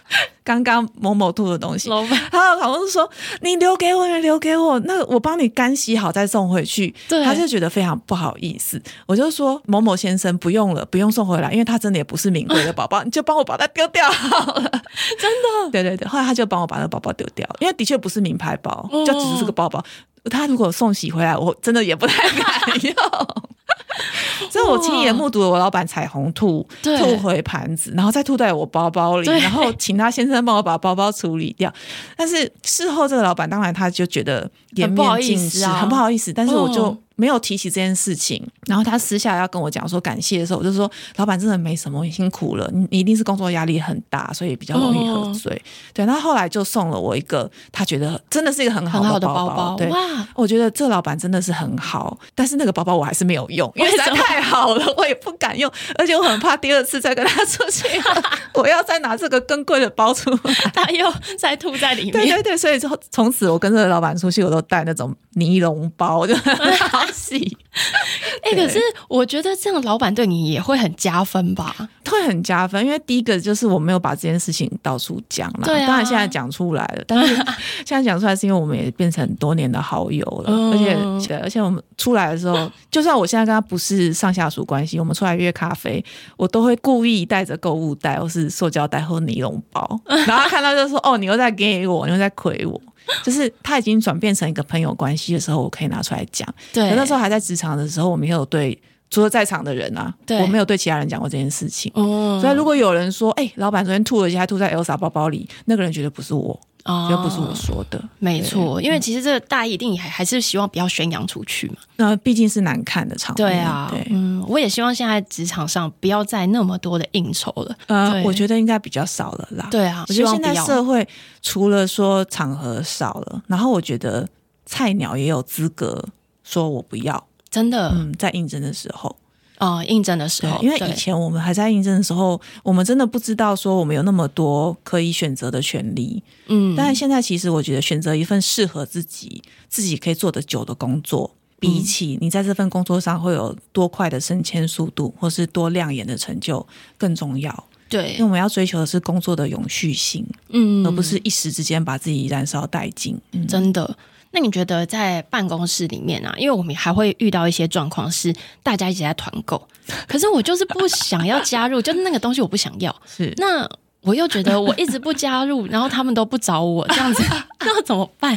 S3: 刚刚某某兔的东西。
S2: 老板
S3: 然后老公就说：“你留给我，你留给我，那我帮你干洗好再送回去。”
S2: 对
S3: 他就觉得非常不好意思。我就说：“某某先生，不用了，不用送回来，因为他真的也不是名贵的宝宝，你就帮我把它丢掉好了。”真的，对对对。后来他就帮我把那个包包丢掉，因为的确不是名牌包，
S2: 嗯
S3: 就只是这个包包。他如果送洗回来，我真的也不太敢 用。所以我亲眼目睹了我老板彩虹吐
S2: 对
S3: 吐回盘子，然后再吐在我包包里，
S2: 对
S3: 然后请他先生帮我把包包处理掉。但是事后这个老板当然他就觉得颜
S2: 很不好
S3: 面
S2: 意
S3: 尽
S2: 思
S3: 失，
S2: 啊
S3: 很不好意思。但是我就
S2: 嗯
S3: 没有提起这件事情。然后他私下要跟我讲说感谢的时候，我就说老板真的没什么，你辛苦了，你你一定是工作压力很大，所以比较容易喝
S2: 嗯
S3: 醉。对，那后来就送了我一个他觉得真的是一个很
S2: 很好
S3: 好
S2: 的
S3: 的
S2: 包
S3: 包
S2: 包，
S3: 对。
S2: 哇，
S3: 我觉得这老板真的是很好，但是那个包包我还是没有用，因为实在
S2: 为什么
S3: 太好了，我也不敢用，而且我很怕第二次再跟他出去， 我要再拿这个更贵的包出来。
S2: 他又再吐在里面，
S3: 对对对，所以从从此我跟这个老板出去，我都带那种尼龙包，就 很好洗，
S2: 哎、可
S3: 对
S2: 是我觉得这样老板对你也会很加分吧？
S3: 会很加分。因为第一个就是我没有把这件事情到处讲啦，
S2: 对啊
S3: 当然现在讲出来了， 但是现在讲出来是因为我们也变成很多年的好友了，而
S2: 嗯
S3: 且对，而且我们出来的时候，就算我现在跟他不是上下属关系，我们出来约咖啡，我都会故意带着购物袋或是塑胶袋或尼龙包， 然后他看到就说：“哦，你又在给我，你又在亏我。”就是他已经转变成一个朋友关系的时候，我可以拿出来讲。
S2: 对，
S3: 可那时候还在职场的时候，我没有对除了在场的人啊，
S2: 对
S3: 我没有对其他人讲过这件事情。
S2: 哦，
S3: 所以如果有人说，哎、老板昨天吐了一下，吐在 Elsa 包包里，那个人绝对不是我，
S2: 哦
S3: 绝对不是我说的。
S2: 没错，因为其实这个大一定还还是希望不要宣扬出去嘛。
S3: 那、毕竟是难看的场面，
S2: 对啊，
S3: 对。
S2: 嗯，我也希望现在职场上不要再那么多的应酬了。
S3: 呃，
S2: 对
S3: 我觉得应该比较少了啦。，
S2: 对啊，
S3: 我觉
S2: 希
S3: 得
S2: 望
S3: 现
S2: 不
S3: 在
S2: 要。
S3: 社会除了说场合少了，然后我觉得菜鸟也有资格说我不要。
S2: 真的
S3: 嗯，在应征的时候，
S2: 哦、应征的时
S3: 对
S2: 候，，
S3: 因为
S2: 对
S3: 以前我们还在应征的时候，我们真的不知道说我们有那么多可以选择的权利。
S2: 嗯，
S3: 但是现在其实我觉得选择一份适合自己、自己可以做得久的工作，比
S2: 嗯
S3: 起你在这份工作上会有多快的升迁速度，或是多亮眼的成就更重要。因
S2: 对
S3: 为，我们要追求的是工作的永续性，
S2: 嗯
S3: 而不是一时之间把自己燃烧殆尽。嗯，
S2: 真的。那你觉得在办公室里面啊，因为我们还会遇到一些状况是大家一起在团购，可是我就是不想要加入， 就是那个东西我不想要。
S3: 是
S2: 那我又觉得我一直不加入，然后他们都不找我，这样 子那怎么办？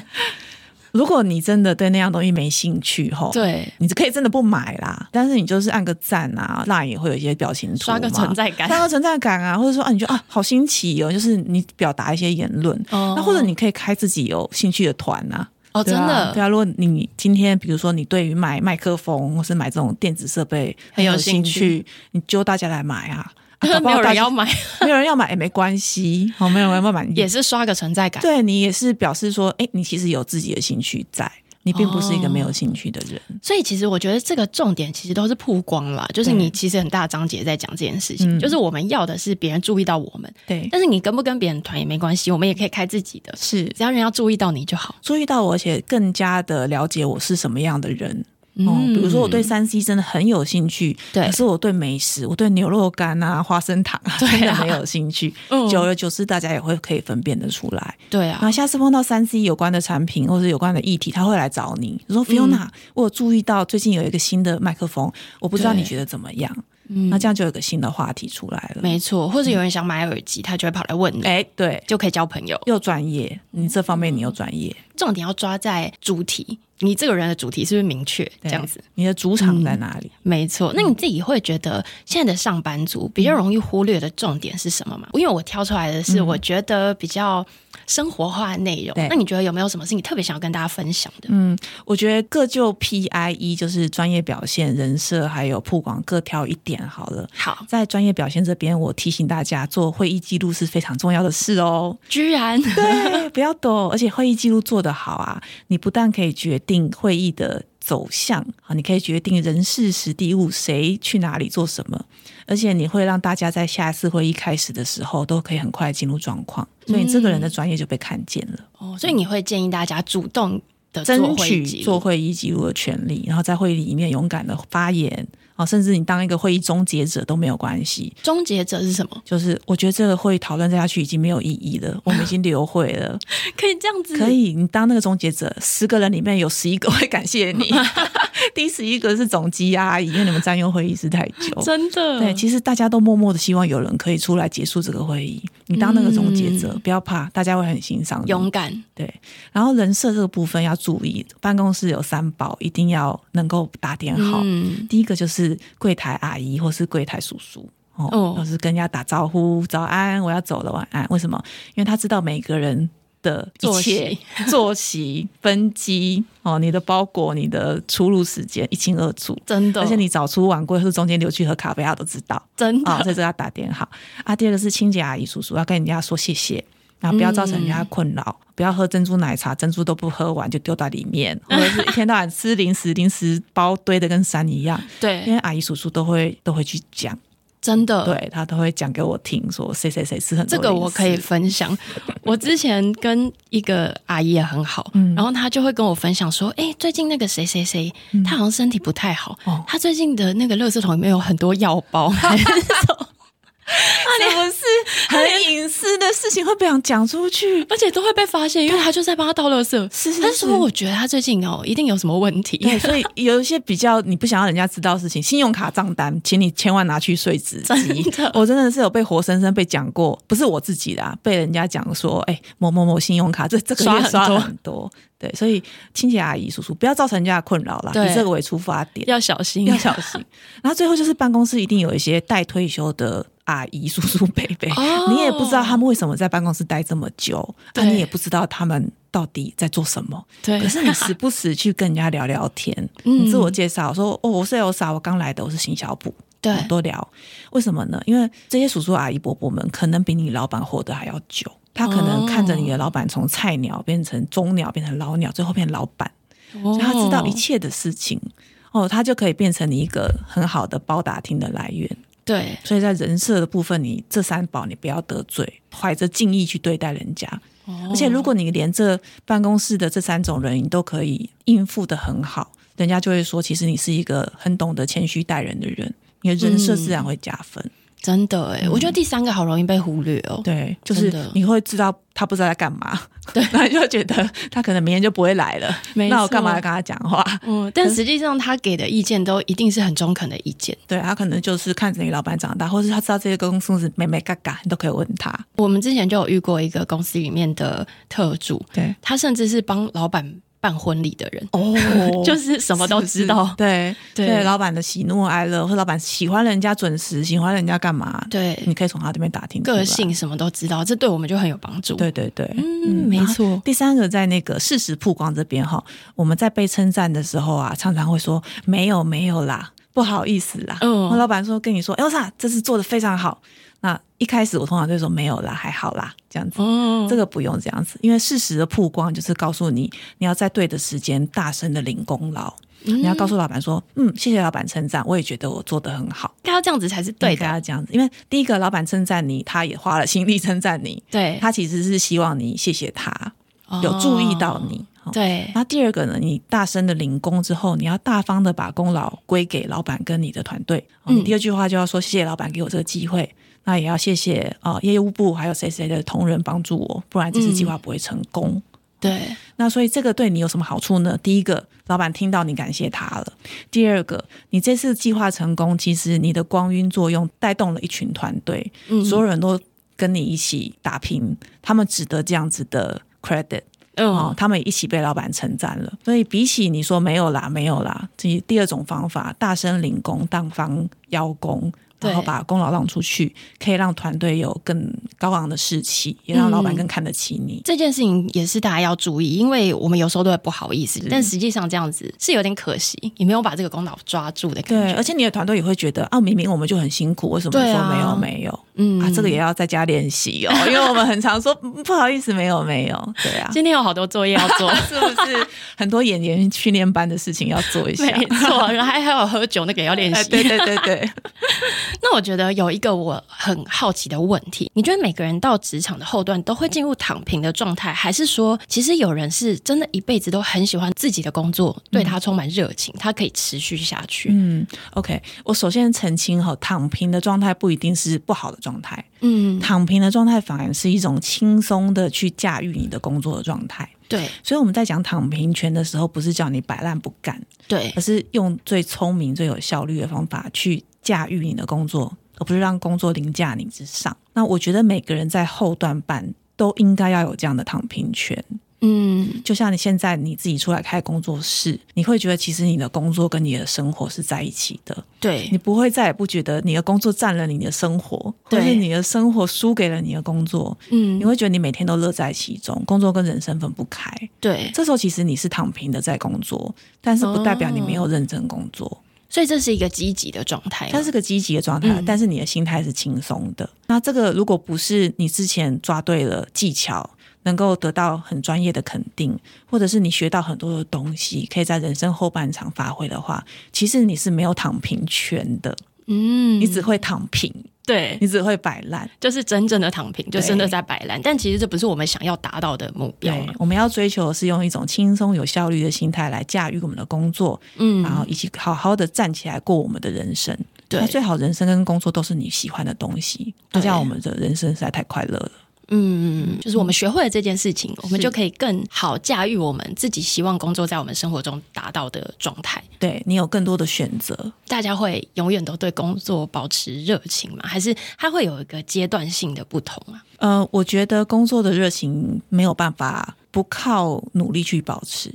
S3: 如果你真的对那样东西没兴趣，吼，。
S2: 对，
S3: 你可以真的不买啦，但是你就是按个赞啊，那也会有一些表情图
S2: 刷个
S3: 嘛
S2: 存在感
S3: 刷个存在感啊，或者说啊，你觉得啊好新奇哦，就是你表达一些言论，
S2: 哦
S3: 那或者你可以开自己有兴趣的团啊。
S2: 哦，真
S3: 对啊
S2: 的
S3: 对啊，如果你今天比如说你对于买麦克风或是买这种电子设备
S2: 很有
S3: 有
S2: 兴趣
S3: 趣，你揪大家来买啊， 啊搞不
S2: 没
S3: 好
S2: 有
S3: 大
S2: 人
S3: 家
S2: 要买，哦
S3: 没有人要买也哎没 关系，好，没有人要买
S2: 也是刷个存在感。
S3: 对你也是表示说，哎，你其实有自己的兴趣在，你并不是一个没有兴趣的人。
S2: 所以其实我觉得这个重点其实都是曝光啦，就是
S3: 对
S2: 你其实很大章节在讲这件事情，
S3: 嗯
S2: 就是我们要的是别人注意到我们，
S3: 对，
S2: 但是你跟不跟别人团也没关系，我们也可以开自己的，
S3: 是
S2: 只要人家注意到你就好。
S3: 注意到我，而且更加的了解我是什么样的人。哦，比如说我对三 C 真的很有兴趣，
S2: 嗯对
S3: 可是我对美食，我对牛肉干啊、花生糖啊，
S2: 对啊
S3: 真的没有兴趣。
S2: 嗯
S3: 久而久之，大家也会可以分辨得出来。
S2: 对
S3: 然后
S2: 啊，
S3: 下次碰到三 C 有关的产品或者有关的议题，他会来找你，
S2: 嗯
S3: 说 Fiona，、我有注意到最近有一个新的麦克风，我不知道
S2: 对
S3: 你觉得怎么样？
S2: 嗯
S3: 那这样就有个新的话题出来了。
S2: 没错，或者有人想买耳机，他就会跑来问你，
S3: 哎，对，
S2: 就可以交朋友。
S3: 又专业，你这方面你又专业，
S2: 重点要抓在主题，你这个人的主题是不是明确？这
S3: 对嗯
S2: 样子，
S3: 你的主场
S2: 嗯
S3: 在哪里？
S2: 没错。那你自己会觉得现在的上班族比较容易忽略的重点是什么
S3: 嗯
S2: 吗？因为我挑出来的是我觉得比较生活化的内容。
S3: 对
S2: 那你觉得有没有什么是你特别想要跟大家分享的？
S3: 嗯，我觉得各就 PIE 就是专业表现、人设还有曝光各挑一点好了。
S2: 好，
S3: 在专业表现这边，我提醒大家，做会议记录是非常重要的事哦。
S2: 居然
S3: 对，不要抖，而且会议记录做得好啊，你不但可以决定会议的走向啊，你可以决定人事、时地、物，谁去哪里做什么，而且你会让大家在下一次会议开始的时候都可以很快进入状况，所以你这个人的专业就被看见了。
S2: 哦，所以你会建议大家主动的
S3: 争取做
S2: 做会
S3: 会议记录的权利，然后在会议里面勇敢的发言啊，甚至你当一个会议终结者都没有关系。
S2: 议终结者是什么？
S3: 就是我觉得这个会议讨论再下去已经没有意义了，我们已经流会了。
S2: 可以这样子，
S3: 可以，你当那个终结者，十个人里面有十一个会感谢你，第十一个是总机啊阿姨，因为你们占用会议室太久。
S2: 真的
S3: 对，其实大家都默默的希望有人可以出来结束这个会议。你当那个终结者，不要怕，大家会很欣赏你。
S2: 勇敢
S3: 对，然后人设这个部分要注意，办公室有三宝，一定要能够打点好。
S2: 嗯，
S3: 第一个就是柜台阿姨或是柜台叔叔。
S2: 哦
S3: 哦，要是跟人家打招呼，早安，我要走了，晚安。为什么？因为他知道每个人的一
S2: 作
S3: 切
S2: 息
S3: 作息、分机哦，你的包裹、你的出入时间一清二楚。
S2: 真的，
S3: 而且你早出晚归，或是中间留去喝咖啡，他都知道。
S2: 真的、
S3: 啊，在这要打点好啊。第二个是清洁阿姨叔叔要跟人家说谢谢，然后不要造成
S2: 嗯
S3: 人家困扰，不要喝珍珠奶茶，珍珠都不喝完就丢到里 面，或者是一天到晚吃零食，零食包堆的跟山一样。因
S2: 对，
S3: 为阿姨叔叔都会都会去讲，
S2: 真的
S3: 对他都会讲给我听，说谁谁谁吃很多
S2: 这个我可以
S3: 零食
S2: 分享。我之前跟一个阿姨也很好，
S3: 嗯
S2: 然后她就会跟我分享说：“哎、最近那个谁谁谁，她好像身体不太好，
S3: 嗯哦
S2: 她最近的那个垃圾桶里面有很多药 包。还是什么”
S3: 是不是 很隐私的事情会不想讲出去？
S2: 而且都会被发现，因为她就在帮她倒垃圾。
S3: 是是
S2: 但
S3: 是
S2: 是我觉得她最近哦，一定有什么问题。
S3: 对，所 以有一些比较你不想让人家知道的事情，信用卡账单，请你千万拿去税纸机。我 真的是有被活生生被讲过，不是我自己啦，被人家讲说，哎、某某某信用卡这这个
S2: 刷
S3: 月
S2: 很
S3: 刷
S2: 多
S3: 很多，对，所以清洁阿姨叔叔不要造成人家的困扰啦，
S2: 对
S3: 以这个为出发点。
S2: 要小心，
S3: 要小心。然后最后就是办公室一定有一些待退休的阿姨、叔叔、伯伯，
S2: 哦
S3: 你也不知道他们为什么在办公室待这么久，啊，
S2: 对
S3: 你也不知道他们到底在做什么。
S2: 对
S3: 可是你时不时去跟人家聊聊天，
S2: 嗯
S3: 你自我介绍说：“哦，我是有傻，我刚来的，我是行销部。”
S2: 对
S3: 哦多聊，为什么呢？因为这些叔叔阿姨伯伯们可能比你老板活得还要久，他可能看着你的老板从菜鸟变成中鸟，变成老鸟，最后变老板。
S2: 哦
S3: 所以他知道一切的事情哦，他就可以变成你一个很好的包打听的来源。
S2: 对
S3: 所以在人设的部分，你这三宝你不要得罪，怀着敬意去对待人家。而且
S2: 哦
S3: 如果
S2: 嗯
S3: 你连这办公室的这三种人你都可以应付的很好，人家就会说，其实你是一个很懂得谦虚待人的人，你的人
S2: 嗯
S3: 设自然会加分。
S2: 真的哎，
S3: 嗯
S2: 我觉得第三个好容易被忽略哦。
S3: 对，就
S2: 真
S3: 是
S2: 的
S3: 你会知道他不知道在干嘛，对，然后你就觉得他可能明天就不会来了，
S2: 没
S3: 那我干
S2: 错
S3: 嘛要跟他讲话？
S2: 嗯，但实际上他给的意见都一定是很中肯的意见。
S3: 对他可能就是看着你老板长大，或是他知道这些公司是美美嘎嘎，你都可以问他。
S2: 我们之前就有遇过一个公司里面的特助，
S3: 对，
S2: 他甚至是帮老板办婚礼的人，，
S3: 哦
S2: 就是什么都知道
S3: 是不是对
S2: 对
S3: 对老板的喜怒哀乐，或者老板喜欢人家准时，喜欢人家干嘛？，
S2: 对
S3: 你可以从他这边打听出来
S2: 个。性什么都知道，这对我们就很有帮助。，
S3: 对对对，
S2: 嗯，没
S3: 然后
S2: 错，
S3: 第三个，在那个事实曝光这边哈，我们在被称赞的时候啊，常常会说没有没有啦，不好意思啦。
S2: 嗯
S3: 然后老板说跟你说，l s a 这次做的非常好。那一开始我通常就说没有啦，还好啦，这样子。
S2: 嗯，
S3: 这个不用这样子，因为事实的曝光就是告诉你，你要在对的时间大声的领功劳。你要告诉老板说，嗯，谢谢老板称赞，我也觉得我做的很好。
S2: 应该要这样子才是对
S3: 应该
S2: 的，
S3: 要这样子，因为第一个老板称赞你，他也花了心力称赞你，
S2: 对，
S3: 他其实是希望你谢谢他，
S2: 哦
S3: 有注意到你。哦
S2: 对，
S3: 那第二个呢，你大声的领功之后，你要大方的把功劳归给老板跟你的团队。哦你
S2: 嗯
S3: 第二句话就要说谢谢老板给我这个机会，那也要谢谢呃业务部还有谁谁的同仁帮助我，不然这次计划不会成
S2: 嗯
S3: 功。
S2: 对，
S3: 那所以这个对你有什么好处呢？第一个，老板听到你感谢他了；第二个，你这次计划成功，其实你的光晕作用带动了一群团队，
S2: 嗯
S3: 所有人都跟你一起打拼，他们值得这样子的 credit。哦
S2: 嗯，，
S3: 他们一起被老板称赞了。所以比起你说没有啦，没有啦，这第二种方法，大声领功，大方邀功，
S2: 对
S3: 然后把功劳让出去，可以让团队有更高昂的士气，也让老板更看得起你。
S2: 这件事情也是大家要注意，因为我们有时候都会不好意思，但实际上这样子是有点可惜，也没有把这个功劳抓住的感
S3: 对，
S2: 觉。
S3: 而且你的团队也会觉得啊，明明我们就很辛苦，为什么
S2: 对
S3: 说
S2: 啊
S3: 没有没有
S2: 嗯
S3: 啊？这个也要在家练 习哦，因为我们很常说嗯不好意思，没有没有，对啊，
S2: 今天有好多作业要 做，
S3: 是不是很多演员训练班的事情要做一下？
S2: 没错，然后还还有喝酒那个也要练
S3: 哎，
S2: 习。
S3: 对对对对，
S2: 那我觉得有一个我很好奇的问题，你觉得每个人到职场的后段都会进入躺平的状态，还是说其实有人是真的一辈子都很喜欢自己的工作，对他充满热情，他可以持续下去？
S3: 嗯，OK，我首先澄清哈，躺平的状态不一定是不好的状态，
S2: 嗯，
S3: 躺平的状态反而是一种轻松的去驾驭你的工作的状态。
S2: 对
S3: 所以我们在讲躺平权的时候，不是叫你摆烂不干，
S2: 对
S3: 而是用最聪明、最有效率的方法去驾驭你的工作，而不是让工作凌驾你之上。那我觉得每个人在后段班都应该要有这样的躺平权。
S2: 嗯，
S3: 就像你现在你自己出来开工作室，你会觉得其实你的工作跟你的生活是在一起的，
S2: 对
S3: 你不会再也不觉得你的工作占了你的生活，或
S2: 对
S3: 是你的生活输给了你的工作，
S2: 嗯
S3: 你会觉得你每天都乐在其中，工作跟人生分不开。
S2: 对，
S3: 这时候其实你是躺平的在工作，但是不代表你
S2: 哦
S3: 没有认真工作，
S2: 所以这是一个积极的状态嘛。
S3: 它是个积极的状态，
S2: 嗯
S3: 但是你的心态是轻松的。那这个如果不是你之前抓对了技巧。能够得到很专业的肯定，或者是你学到很多的东西，可以在人生后半场发挥的话，其实你是没有躺平权的，
S2: 嗯，
S3: 你只会躺平，
S2: 对，
S3: 你只会摆烂。
S2: 就是真正的躺平，就
S3: 对
S2: 真的在摆烂，但其实这不是我们想要达到的目标
S3: 对
S2: 嘛。，
S3: 我们要追求的是用一种轻松、有效率的心态来驾驭我们的工作，然
S2: 嗯，
S3: 后以及好好的站起来过我们的人生。
S2: 对
S3: 那，最好人生跟工作都是你喜欢的东西，那
S2: 对
S3: 这样我们的人生实在太快乐了。
S2: 嗯，就是我们学会了这件事情，我们就可以更好驾驭我们自己希望工作在我们生活中达到的状态。
S3: 对你有更多的选择，
S2: 大家会永远都对工作保持热情吗？还是它会有一个阶段性的不同啊？
S3: 呃，我觉得工作的热情没有办法不靠努力去保持，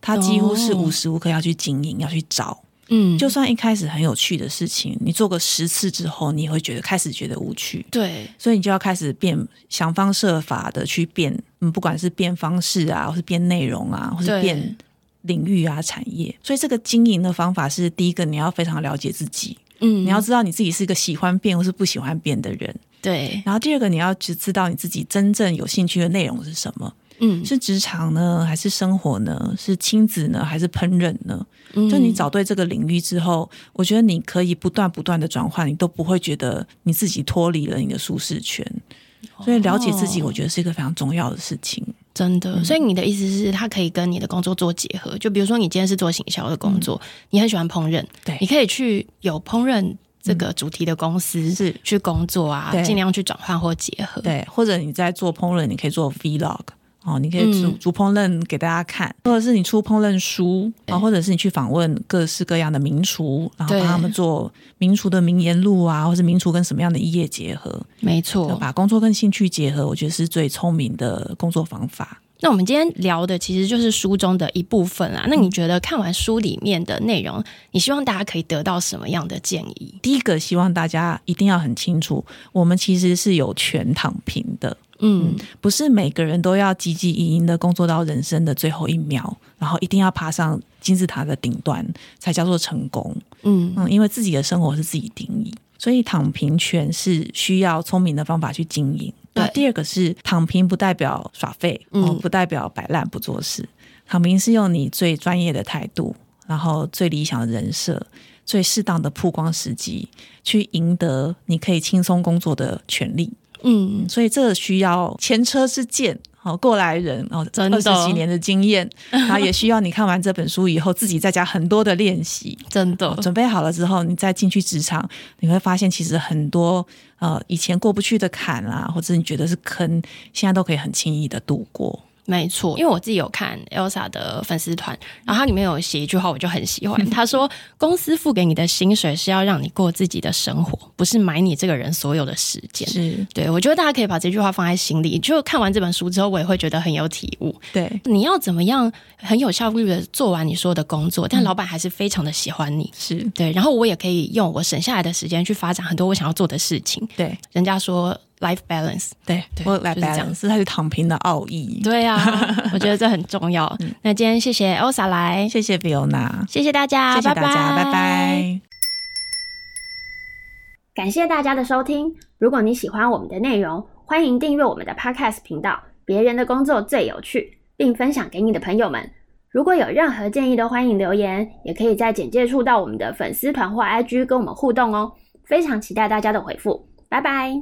S3: 它几乎是
S2: 哦
S3: 无时无刻要去经营、要去找。
S2: 嗯，
S3: 就算一开始很有趣的事情，你做个十次之后，你也会觉得开始觉得无趣。
S2: 对，
S3: 所以你就要开始变，想方设法的去变，嗯，不管是变方式啊，或是变内容啊，或是
S2: 对
S3: 变领域啊、产业。所以这个经营的方法是第一个，你要非常了解自己，
S2: 嗯，
S3: 你要知道你自己是个喜欢变或是不喜欢变的人。
S2: 对，
S3: 然后第二个，你要知知道你自己真正有兴趣的内容是什么，
S2: 嗯，
S3: 是职场呢，还是生活呢？是亲子呢，还是烹饪呢？
S2: 就
S3: 就你找对这个领域之后，我觉得你可以不断不断的转换，你都不会觉得你自己脱离了你的舒适圈。所以了解自己，我觉得是一个非常重要的事情。
S2: 真
S3: 嗯
S2: 的，所以你的意思是，它可以跟你的工作做结合。就比如说，你今天是做行销的工作，
S3: 嗯
S2: 你很喜欢烹饪，
S3: 对
S2: 你可以去有烹饪这个主题的公司
S3: 嗯是
S2: 去工作啊
S3: 对，
S2: 尽量去转换或结合。
S3: 对，或者你在做烹饪，你可以做 vlog 哦，你可以煮
S2: 嗯
S3: 煮烹饪给大家看，或者是你出烹饪书啊、
S2: 对
S3: 或者是你去访问各式各样的名厨，然后
S2: 对
S3: 帮他们做名厨的名言录啊，或是名厨跟什么样的业结合，
S2: 没
S3: 就
S2: 错。
S3: 把工作跟兴趣结合，我觉得是最聪明的工作方法。
S2: 那我们今天聊的其实就是书中的一部分
S3: 嗯
S2: 啊。那你觉得看完书里面的内容，你希望大家可以得到什么样的建议？
S3: 第一个，希望大家一定要很清楚，我们其实是有全躺平的，
S2: 嗯，
S3: 不是每个人都要积极营营的工作到人生的最后一秒，然后一定要爬上金字塔的顶端才叫做成功。
S2: 嗯
S3: 嗯，因为自己的生活是自己定义，所以躺平权是需要聪明的方法去经营。
S2: 对
S3: 那第二个是躺平不代表耍废，
S2: 嗯
S3: 嗯，不代表摆烂不做事。躺平是用你最专业的态度，然后最理想的人设，最适当的曝光时机，去赢得你可以轻松工作的权利。
S2: 嗯，
S3: 所以这需要前车之鉴。好，过来人哦，
S2: 真
S3: 二
S2: 的
S3: 十几年的经 验，然后也需要你看完这本书以后，自己在家很多的 练习。
S2: 真的，
S3: 准备好了之后，你再进去职场，你会发现其实很多呃以前过不去的坎啊，或者你觉得是坑，现在都可以很轻易的度过。
S2: 没错，因为我自己有看 Elsa 的粉丝团，然后它里面有写一句话，我就很喜 欢。他说：“公司付给你的薪水是要让你过自己的生活，不是买你这个人所有的时间。”
S3: 是
S2: 对，我觉得大家可以把这句话放在心里。就看完这本书之后，我也会觉得很有体悟。
S3: 对，
S2: 你要怎么样很有效率的做完你说的工作，但老板还是非常的喜欢你。
S3: 是
S2: 对，然后我也可以用我省下来的时间去发展很多我想要做的事情。
S3: 对
S2: 人家说 life balance，
S3: 对
S2: 对
S3: 我来
S2: 就是这样
S3: balance，它是躺平的奥义。
S2: 对 啊，我觉得这很重要。那今天谢谢 Elsa 来，
S3: 谢谢 Fiona，
S2: 谢谢大家，
S3: 谢谢大家，
S2: 拜
S3: 拜拜
S1: 感谢大家的收听。如果你喜欢我们的内容，欢迎订阅我们的 Podcast 频道《别人的工作最有趣》，并分享给你的朋友们。如果有任何建议，都欢迎留言，也可以在简介处到我们的粉丝团或 IG 跟我们互动哦。非常期待大家的回复，拜拜。